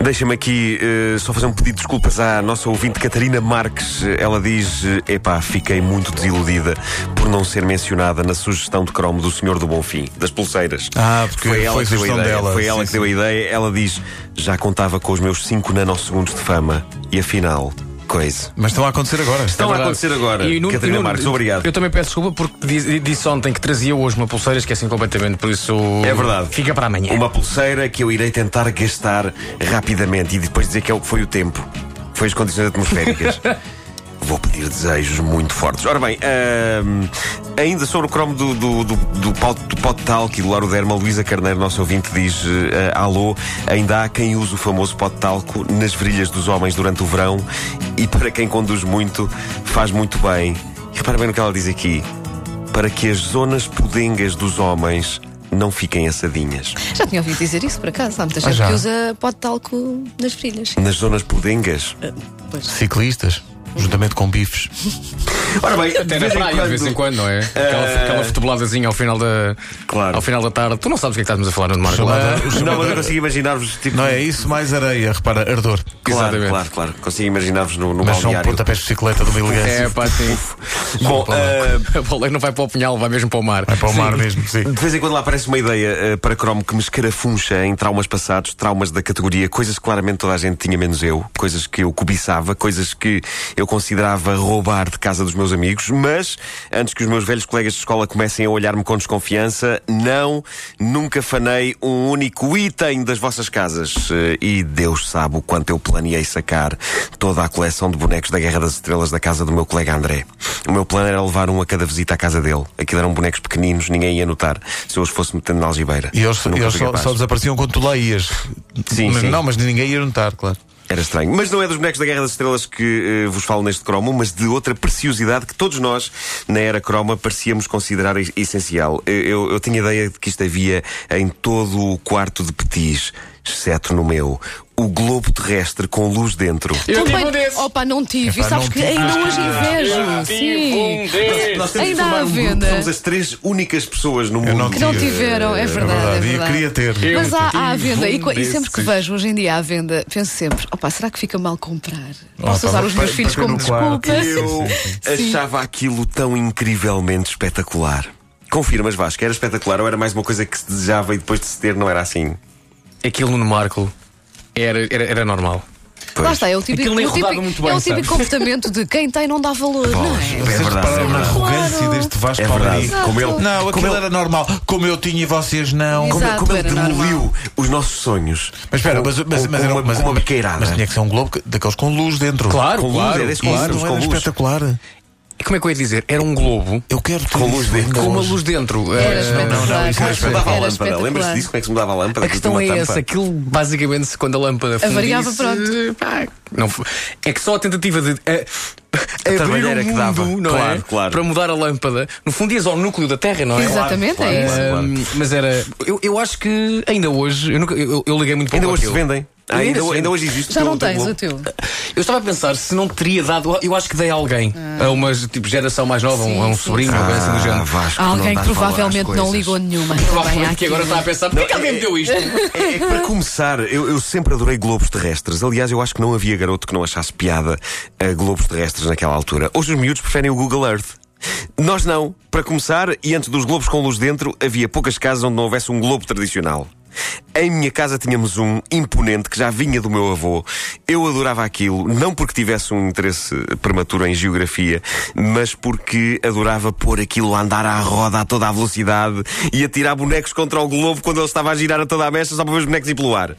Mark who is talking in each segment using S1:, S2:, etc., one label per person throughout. S1: Deixa-me aqui eh, só fazer um pedido de desculpas à nossa ouvinte Catarina Marques. Ela diz: eh, Epá, fiquei muito desiludida por não ser mencionada na sugestão de cromo do Senhor do Bonfim, das pulseiras.
S2: Ah, porque foi
S1: deu a
S2: sugestão
S1: ideia.
S2: dela,
S1: Foi ela
S2: sim,
S1: que deu a ideia. Ela diz: Já contava com os meus 5 nanosegundos de fama. E afinal, coisa.
S2: Mas estão a acontecer agora.
S1: Estão a acontecer agora.
S3: E, Nuno-
S1: Catarina
S3: Nuno,
S1: Marques, obrigado.
S3: Eu também peço desculpa porque disse, disse ontem que trazia hoje uma pulseira, esqueci completamente, por isso.
S1: É verdade.
S3: Fica para amanhã.
S1: Uma pulseira que eu irei tentar gastar rapidamente e depois dizer que é o que foi o tempo. Foi as condições atmosféricas. Vou pedir desejos muito fortes. Ora bem, ahm, ainda sobre o cromo do, do, do, do, pau, do pau de talco e do Laro Derma, Luísa Carneiro, nosso ouvinte, diz: eh, Alô, ainda há quem use o famoso pó de talco nas virilhas dos homens durante o verão e para quem conduz muito, faz muito bem. E repara bem no que ela diz aqui: para que as zonas pudengas dos homens não fiquem assadinhas.
S4: Já tinha ouvido dizer isso, por acaso. Há muita
S2: Ah,
S4: gente
S2: já?
S4: que usa pó de talco nas virilhas.
S1: Nas zonas pudengas?
S4: Pois.
S2: Ciclistas, juntamente com bifes.
S1: Ora bem,
S3: Até na praia, de vez em quando, não é? Aquela, aquela futeboladazinha ao final, da,
S1: Claro.
S3: ao final da tarde. Tu não sabes o que é que estamos a falar, Nuno Marco.
S2: Chamada- o
S1: Não,
S2: chamado-
S1: mas eu consigo imaginar-vos tipo.
S2: Não é isso, mais areia, repara, ardor.
S1: Claro,
S3: Exatamente.
S1: claro, claro. Consigo imaginar-vos no, no
S2: Mas são
S1: balneário.
S2: pontapés de bicicleta de uma
S3: É,
S2: elegância.
S3: pá, sim.
S1: Bom, ah,
S3: A bola não vai para o punhal, vai mesmo para o mar.
S2: Vai para o mar mesmo, sim.
S1: de vez em quando lá aparece uma ideia ah, para cromo que me escarafuncha em traumas passados, traumas da categoria, coisas que claramente toda a gente tinha menos eu, coisas que eu cobiçava, coisas que eu considerava roubar de casa dos meus amigos, mas antes que os meus velhos colegas de escola comecem a olhar-me com desconfiança, não, nunca fanei um único item das vossas casas. Eh, E Deus sabe o quanto eu planeei sacar toda a coleção de bonecos da Guerra das Estrelas da casa do meu colega André. O meu plano era levar um a cada visita à casa dele. Aquilo eram bonecos pequeninos, ninguém ia notar se eu os fosse metendo na algibeira.
S2: E eles,
S1: Nunca
S2: eles
S1: fui
S2: só,
S1: capaz.
S2: só desapareciam quando tu lá ias.
S1: Sim,
S2: mas,
S1: sim.
S2: Não, mas ninguém ia notar, claro.
S1: Era estranho. Mas não é dos bonecos da Guerra das Estrelas que eh, vos falo neste cromo, mas de outra preciosidade que todos nós, na era croma, parecíamos considerar es- essencial. Eu, eu, eu tinha ideia de que isto havia em todo o quarto de petis, exceto no meu. O globo terrestre com luz dentro.
S3: Eu
S4: Também-
S3: tive um desses. um
S4: Opa, não tive.
S2: Epá,
S4: Sabes
S2: não
S4: que
S2: tive. Ah,
S4: ainda hoje invejo. Sim.
S1: Nós temos de
S4: Ainda
S1: formar
S4: há
S1: um grupo,
S4: venda.
S1: Somos as três únicas pessoas no
S2: Eu
S1: mundo.
S4: Que não
S2: tinha.
S4: tiveram, é verdade, é
S2: E
S4: verdade.
S2: queria ter.
S4: Mas há, há à venda, e, co- e sempre que
S3: um desses.
S4: vejo hoje em dia à venda, penso sempre: opa, será que fica mal comprar? Posso
S2: pá,
S4: usar os
S2: para-
S4: meus
S2: para
S4: filhos
S2: ter
S4: como
S2: no quarto.
S4: desculpa?
S1: Eu
S4: Sim.
S1: achava aquilo tão incrivelmente espetacular. Confirmas, Vasco, era espetacular ou era mais uma coisa que se desejava e depois de se ter não era assim?
S3: Aquilo no Marco era, era, era normal.
S1: Pois.
S4: Lá está, é o típico,
S3: Aquilo nem
S4: o típico-
S3: rodava muito bem,
S4: é o típico
S3: sabes?
S4: comportamento de quem tem não dá valor, não
S1: Pois,
S4: é?
S1: é verdade.
S2: Repara
S1: é
S2: na
S1: verdade.
S2: arrogância deste Vasco
S1: É
S2: Palmeiras.
S1: verdade. Como ele,
S2: Não, aquilo era normal. Como eu tinha e vocês não.
S4: Exato.
S1: como, como ele
S4: era normal.
S1: demoliu os nossos sonhos.
S2: Mas espera,
S1: Com-
S2: mas, mas,
S1: com-
S2: mas
S1: com
S2: era um-
S1: uma,
S2: mas,
S1: com uma
S2: mas-
S1: biqueirada.
S2: Mas tinha que ser um globo que- daqueles com luz dentro.
S3: Claro,
S1: Com luz,
S3: claro.
S1: era esse
S2: Isso
S1: claro,
S2: não
S1: com
S2: era
S1: luz.
S2: espetacular.
S3: E Como é que eu ia dizer? Era um globo
S2: Eu quero ter
S1: Com luz
S2: isso
S1: dentro.
S2: ainda
S3: com uma
S2: hoje.
S3: luz dentro.
S4: Era
S3: Eh,
S2: não, não,
S4: espetacular.
S2: isso
S1: Como é que se mudava a
S4: era
S1: lâmpada? Lembras-te
S4: espetacular.
S1: disso? Como é que se mudava a lâmpada?
S3: A questão é
S1: Aquilo tinha uma
S3: essa,
S1: tampa.
S3: aquilo basicamente se quando a lâmpada
S4: Avariava,
S3: fundisse,
S4: pronto.
S3: pá, não foi- é que só a tentativa de eh, abrir o
S1: trabalheira
S3: mundo,
S1: que dava.
S3: não é?
S1: Claro, claro.
S3: Para mudar a lâmpada, no fundo ias ao núcleo da Terra, não é?
S4: Exatamente,
S1: Claro,
S4: é
S1: claro,
S4: isso.
S1: claro.
S3: Ahm, mas era. Eu, eu acho que ainda hoje. Eu, nunca, eu, eu liguei muito pouco
S1: Ainda hoje se
S3: àquilo.
S1: vendem. Ah, Ainda,
S3: Ainda se
S1: ainda
S3: vendem.
S1: hoje existe.
S4: Já
S1: o
S4: não
S1: teu
S4: tens
S1: globo.
S4: o teu.
S3: Eu estava a pensar se não teria dado. Eu acho que dei a alguém. A uma tipo, geração mais nova, um- a um
S4: Ah. Sim,
S3: sobrinho,
S4: sim.
S3: uma coisa assim do
S1: Ah,
S3: género.
S1: Vasco,
S4: Há alguém
S1: não
S4: que
S1: dás valor às
S4: provavelmente não
S1: coisas.
S4: ligou nenhuma. Também há
S3: Provavelmente que agora
S4: aqui.
S2: tá
S3: está a pensar: porquê que alguém me deu isto?
S1: É, é que para começar, eu, eu sempre adorei globos terrestres. Aliás, eu acho que não havia garoto que não achasse piada a globos terrestres naquela altura. Hoje os miúdos preferem o Google Earth. Nós não. Para começar, e antes dos globos com luz dentro, havia poucas casas onde não houvesse um globo tradicional. Em minha casa tínhamos um imponente que já vinha do meu avô. Eu adorava aquilo, não porque tivesse um interesse prematuro em geografia, mas porque adorava pôr aquilo a andar à roda a toda a velocidade e atirar bonecos contra o globo quando ele estava a girar a toda a mecha só para ver os bonecos ir pelo ar.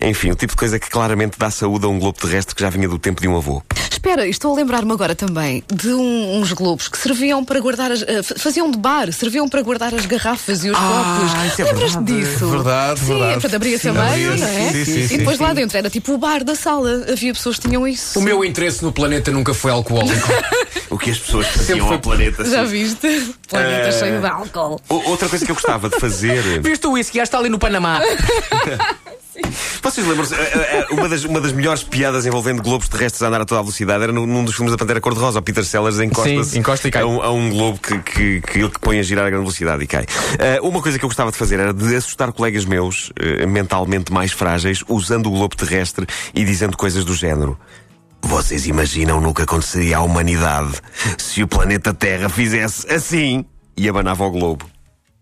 S1: Enfim, o tipo de coisa que claramente dá saúde a um globo terrestre que já vinha do tempo de um avô.
S4: espera, estou a lembrar-me agora também de um- uns globos que serviam para guardar as. eh, fa- faziam de bar, serviam para guardar as garrafas e os copos.
S2: isso é
S4: Lembras-te
S2: verdade.
S4: disso?
S2: Verdade,
S4: sim,
S2: verdade.
S4: portanto abria-se a
S2: Sim,
S4: meio,
S2: abria-se.
S4: não é?
S2: Sim, sim,
S4: e
S2: sim,
S4: depois
S2: sim.
S4: lá dentro era tipo o bar da sala. Havia pessoas que tinham isso.
S3: O meu interesse no planeta nunca foi alcoólico.
S1: O que as pessoas faziam
S3: foi-
S1: ao planeta.
S4: Já
S2: assim.
S1: sim.
S4: viste?
S2: É.
S4: Planeta
S1: Eh,
S4: cheio de álcool.
S1: O- Outra coisa que eu gostava de fazer.
S3: Viste o whisky? Já está ali no Panamá.
S1: Vocês lembram-se? eh, eh, Uma das, uma das melhores piadas envolvendo globos terrestres a andar a toda a velocidade era num, num dos filmes da Pantera Cor-de-Rosa. O Peter Sellers encosta-se
S3: Sim, encosta e cai.
S1: a, um, a um globo que, que, que ele que põe a girar a grande velocidade e cai. Eh, uma coisa que eu gostava de fazer era de assustar colegas meus, eh, mentalmente mais frágeis, usando o globo terrestre e dizendo coisas do género. Vocês imaginam no que aconteceria à humanidade se o planeta Terra fizesse assim e abanava o globo.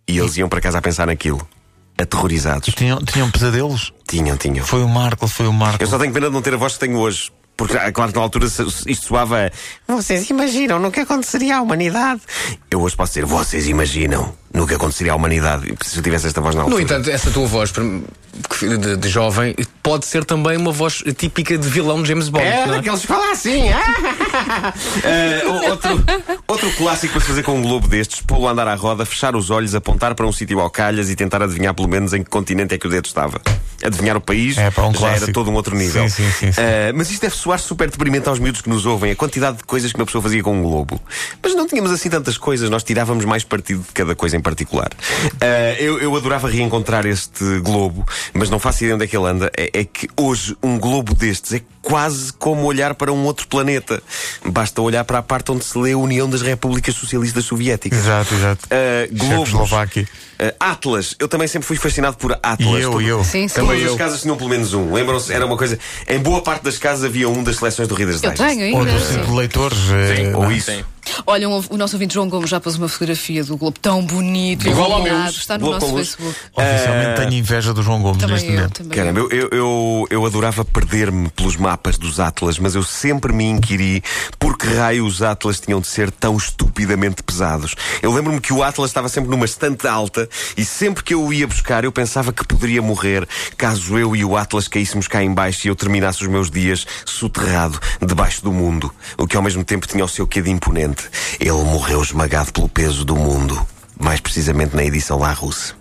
S1: E eles iam para casa a pensar naquilo. Aterrorizados.
S2: Tinham, tinham um pesadelos?
S1: Tinham, tinham.
S2: Foi o Marco, foi o Marco.
S1: Eu só tenho pena de não ter a voz que tenho hoje. Porque, ah, claro, que na altura se- se isto soava. a, Vocês imaginam no que aconteceria à humanidade? Eu hoje posso dizer, vocês imaginam no que aconteceria à humanidade. Se eu tivesse esta voz na altura.
S3: No entanto, essa tua voz para mim, que- de, de jovem pode ser também uma voz típica de vilão de James Bond.
S1: É,
S3: não é?
S1: daqueles que falam assim. ah! Eh, o- outro, outro clássico para se fazer com um globo destes: pô-lo a andar à roda, fechar os olhos, apontar para um sítio ao calhas e tentar adivinhar pelo menos em que continente é que o dedo estava. Adivinhar o país
S2: É, pá, um
S1: já era
S2: clássico.
S1: todo um outro nível.
S2: Sim, sim, sim, sim.
S1: Eh, mas isto deve soar super deprimente aos miúdos que nos ouvem, a quantidade de coisas que uma pessoa fazia com um globo. Mas não tínhamos assim tantas coisas, nós tirávamos mais partido de cada coisa em particular. Eh, eu, eu adorava reencontrar este globo, mas não faço ideia onde é que ele anda. É, é que hoje um globo destes é quase como olhar para um outro planeta. Basta olhar para a parte onde se lê a União das Repúblicas Socialistas Soviéticas.
S2: Exato, exato.
S1: Eh, globos.
S2: Checoslováquia.
S1: Eh, Atlas. Eu também sempre fui fascinado por
S2: E
S1: Atlas.
S2: eu,
S1: Todo-
S2: e eu.
S4: Sim, sim.
S1: Todas as casas tinham pelo menos um. Lembram-se? Era uma coisa. Em boa parte das casas havia um das seleções do Reader's
S4: Eu
S1: Digest.
S4: tenho
S2: Ou
S4: ainda.
S2: dos cinco leitores. eh,
S1: Ou
S2: não.
S1: isso.
S4: Olha, um- o nosso ouvinte João Gomes já pôs uma fotografia do Globo tão bonito,
S3: Igual ao
S4: iluminado,
S3: meu.
S4: está no
S1: Globo
S4: nosso
S1: com luz.
S4: Facebook.
S1: Eh,
S2: Oficialmente tenho inveja do João Gomes neste
S4: Também eu,
S2: momento.
S4: também. eu.
S1: Caramba, eu, eu, eu, eu adorava perder-me pelos mapas dos Atlas, mas eu sempre me inquiri por que raio os Atlas tinham de ser tão estupidamente pesados. Eu lembro-me que o Atlas estava sempre numa estante alta e sempre que eu o ia buscar eu pensava que poderia morrer caso eu e o Atlas caíssemos cá em baixo e eu terminasse os meus dias soterrado debaixo do mundo, o que ao mesmo tempo tinha o seu quê de imponente. Ele morreu esmagado pelo peso do mundo, mais precisamente na edição La Russe.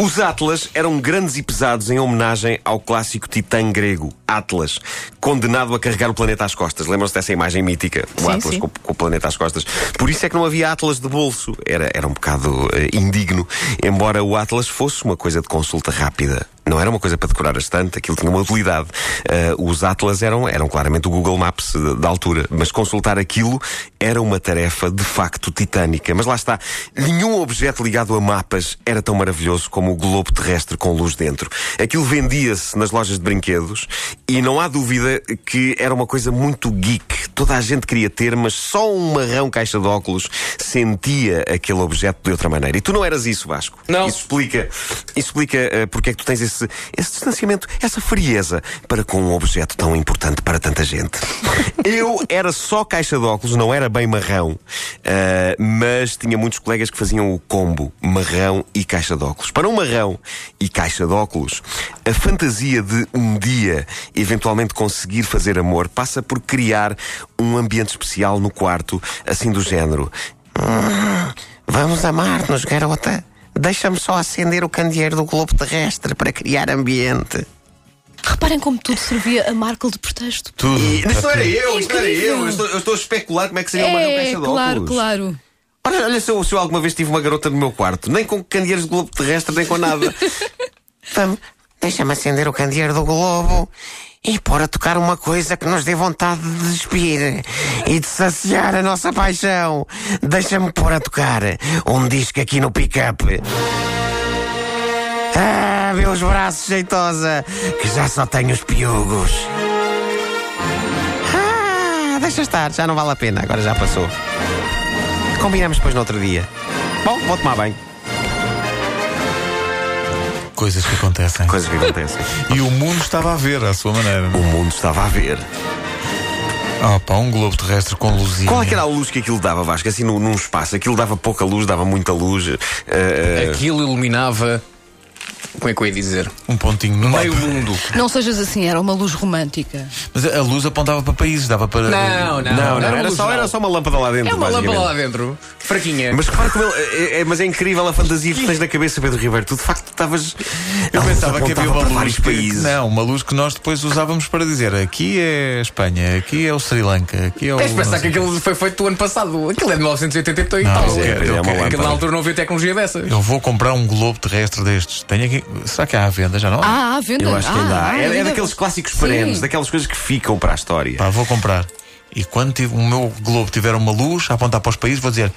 S1: Os Atlas eram grandes e pesados em homenagem ao clássico titã grego, Atlas, condenado a carregar o planeta às costas. Lembram-se dessa imagem mítica? O
S4: Sim,
S1: Atlas
S4: sim.
S1: Com, com o planeta às costas. Por isso é que não havia Atlas de bolso. Era, era um bocado eh, indigno. Embora o Atlas fosse uma coisa de consulta rápida. Não era uma coisa para decorar a estante, aquilo tinha uma utilidade. Eh, os Atlas eram, eram claramente o Google Maps de- da altura, mas consultar aquilo era uma tarefa de facto titânica. Mas lá está, nenhum objeto ligado a mapas era tão maravilhoso como o globo terrestre com luz dentro. Aquilo vendia-se nas lojas de brinquedos e não há dúvida que era uma coisa muito geek. Toda a gente queria ter, mas só um marrão caixa de óculos sentia aquele objeto de outra maneira. E tu não eras isso, Vasco.
S3: Não.
S1: Isso explica, isso explica eh, porque é que tu tens esse, esse distanciamento, essa frieza para com um objeto tão importante para tanta gente. Eu era só caixa de óculos, não era bem marrão, eh, mas tinha muitos colegas que faziam o combo marrão e caixa de óculos. Para um marrão e caixa de óculos, a fantasia de um dia eventualmente conseguir fazer amor passa por criar um ambiente especial no quarto, assim do género. "Ah, Vamos amar-nos, garota. Deixa-me só acender o candeeiro do globo terrestre para criar ambiente.
S4: Reparem como tudo servia a Markle de pretexto.
S2: Tudo.
S1: Isto não era eu, isto não era eu.
S4: Incrível.
S1: Eu estou, eu estou a especular como é que seria uma
S4: é,
S1: caixa de
S4: claro,
S1: óculos.
S4: claro.
S1: Olha, olha se, eu, se eu alguma vez tive uma garota no meu quarto, nem com candeeiros de globo terrestre, nem com nada. Vamos, deixa-me acender o candeeiro do globo e pôr a tocar uma coisa que nos dê vontade de despir e de saciar a nossa paixão. Deixa-me pôr a tocar um disco aqui no pick-up. Ah, meus braços, jeitosa, que já só tenho os piugos. Ah, deixa estar, já não vale a pena, agora já passou. Combinamos depois no outro dia. Bom, vou tomar bem.
S2: Coisas que acontecem.
S1: Coisas que acontecem.
S2: E o mundo estava a ver à sua maneira.
S1: O mundo estava a ver.
S2: Ah, pá, um globo terrestre com luzinha.
S1: Qual é que era a luz que aquilo dava, Vasco? Assim, num,
S3: É.
S1: num espaço. Aquilo dava pouca luz, dava muita luz. eh, eh,
S3: Aquilo iluminava Como é que eu ia dizer?
S2: Um pontinho no
S3: Meio
S2: mapa.
S3: mundo.
S4: Não sejas assim, era uma luz romântica.
S2: Mas a luz apontava para países, dava para.
S3: Não,
S1: Não,
S3: não.
S1: não,
S3: era uma
S1: era
S3: luz,
S1: só,
S3: não.
S1: era só uma lâmpada lá dentro.
S3: É uma lâmpada
S1: basicamente.
S3: lá dentro, fraquinha.
S1: Mas repara como ele. É, é- mas é incrível a fantasia que tens na cabeça, Pedro Ribeiro. Tu de facto estavas.
S2: Eu
S1: Ela
S2: pensava que
S1: apontava
S2: havia uma
S1: para
S2: luz.
S1: vários
S2: que-
S1: países.
S2: Não, uma luz que nós depois usávamos para dizer aqui é a Espanha, aqui é o Sri Lanka, aqui é o.
S3: Tens de
S2: não
S3: pensar que
S2: sei-
S3: aquilo foi feito o ano passado. Aquilo é de 1980 e
S2: Não,
S3: tal.
S2: pois é, pois é, é uma
S3: Aquilo
S1: lâmpada.
S3: na altura não havia tecnologia dessa.
S2: Eu vou comprar um globo terrestre destes. Tenho aqui. Será que há à venda? Já não? há?
S4: Ah, à venda.
S1: Eu acho que
S4: Ah,
S1: ainda há.
S4: ah,
S1: É, é
S4: ainda-
S1: daqueles clássicos perenes,
S4: Sim.
S1: daquelas coisas que ficam para a história.
S2: Pá, vou comprar. E quando tive- o meu globo tiver uma luz a apontar para os países, vou dizer: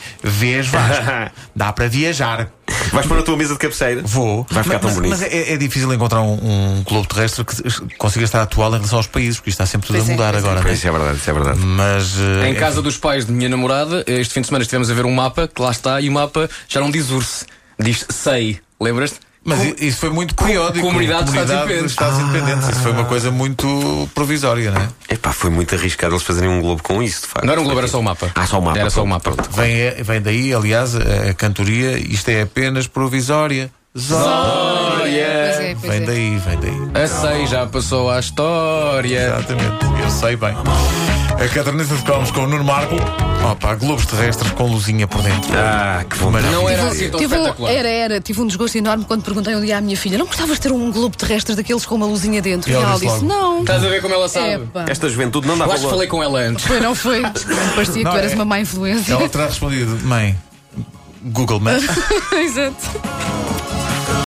S2: Vês, Vasco, dá para viajar.
S1: Vais pôr a tua mesa de cabeceira.
S2: Vou.
S1: Vai ficar
S2: Mas-
S1: tão
S2: mas,
S1: bonito.
S2: Mas é, é difícil encontrar um, um globo terrestre que es- consiga estar atual em relação aos países, porque isto está sempre tudo
S4: Pois
S2: a
S4: é,
S2: mudar
S4: pois é.
S2: agora.
S1: Pois, Isso é verdade, isso é verdade.
S2: Mas. eh,
S3: Em casa dos pais de minha namorada, este fim de semana estivemos a ver um mapa, que lá está, e o mapa já não diz urso, diz sei. Lembras-te?
S2: Mas i- isso foi muito periódico.
S3: Comunidade de Estados
S2: Comunidade
S3: Independentes.
S2: dos Estados Independentes. Isso foi
S1: Ah.
S2: uma coisa muito provisória, não é?
S1: Epá, foi muito arriscado eles fazerem um globo com isso, de facto.
S3: Não era um globo, era só um mapa.
S1: Ah, só um mapa,
S3: Era só um
S1: pronto,
S3: mapa.
S2: Vem, eh, vem daí, aliás, a a cantoria, isto é apenas provisória. Zó.
S4: Pois é, pois
S2: Vem
S4: é.
S2: daí, vem daí.
S3: A sei já passou à história.
S2: Exatamente, eu sei bem. A caderneta de cromos com o Nuno Marco. Opa, globos terrestres com luzinha por dentro.
S1: Ah, que vontade.
S3: Não era assim tão
S4: Tive um,
S3: espetacular.
S4: era, era, tive um desgosto enorme quando perguntei um dia à minha filha: não gostavas de ter um globo terrestre daqueles com uma luzinha dentro?
S2: E
S4: E
S2: ela
S4: ela
S2: disse
S4: disse:
S2: logo.
S4: não.
S3: Estás a ver como ela
S1: "Tá
S3: sabe?
S4: Epá.
S1: Esta juventude não dá
S3: Eu acho que
S1: valor.
S3: falei com ela antes.
S4: Foi, não foi? Parecia
S2: Não,
S4: que tu eras
S2: é-
S4: uma má influência.
S2: Ela terá respondido, mãe, Google Maps.
S4: Exato.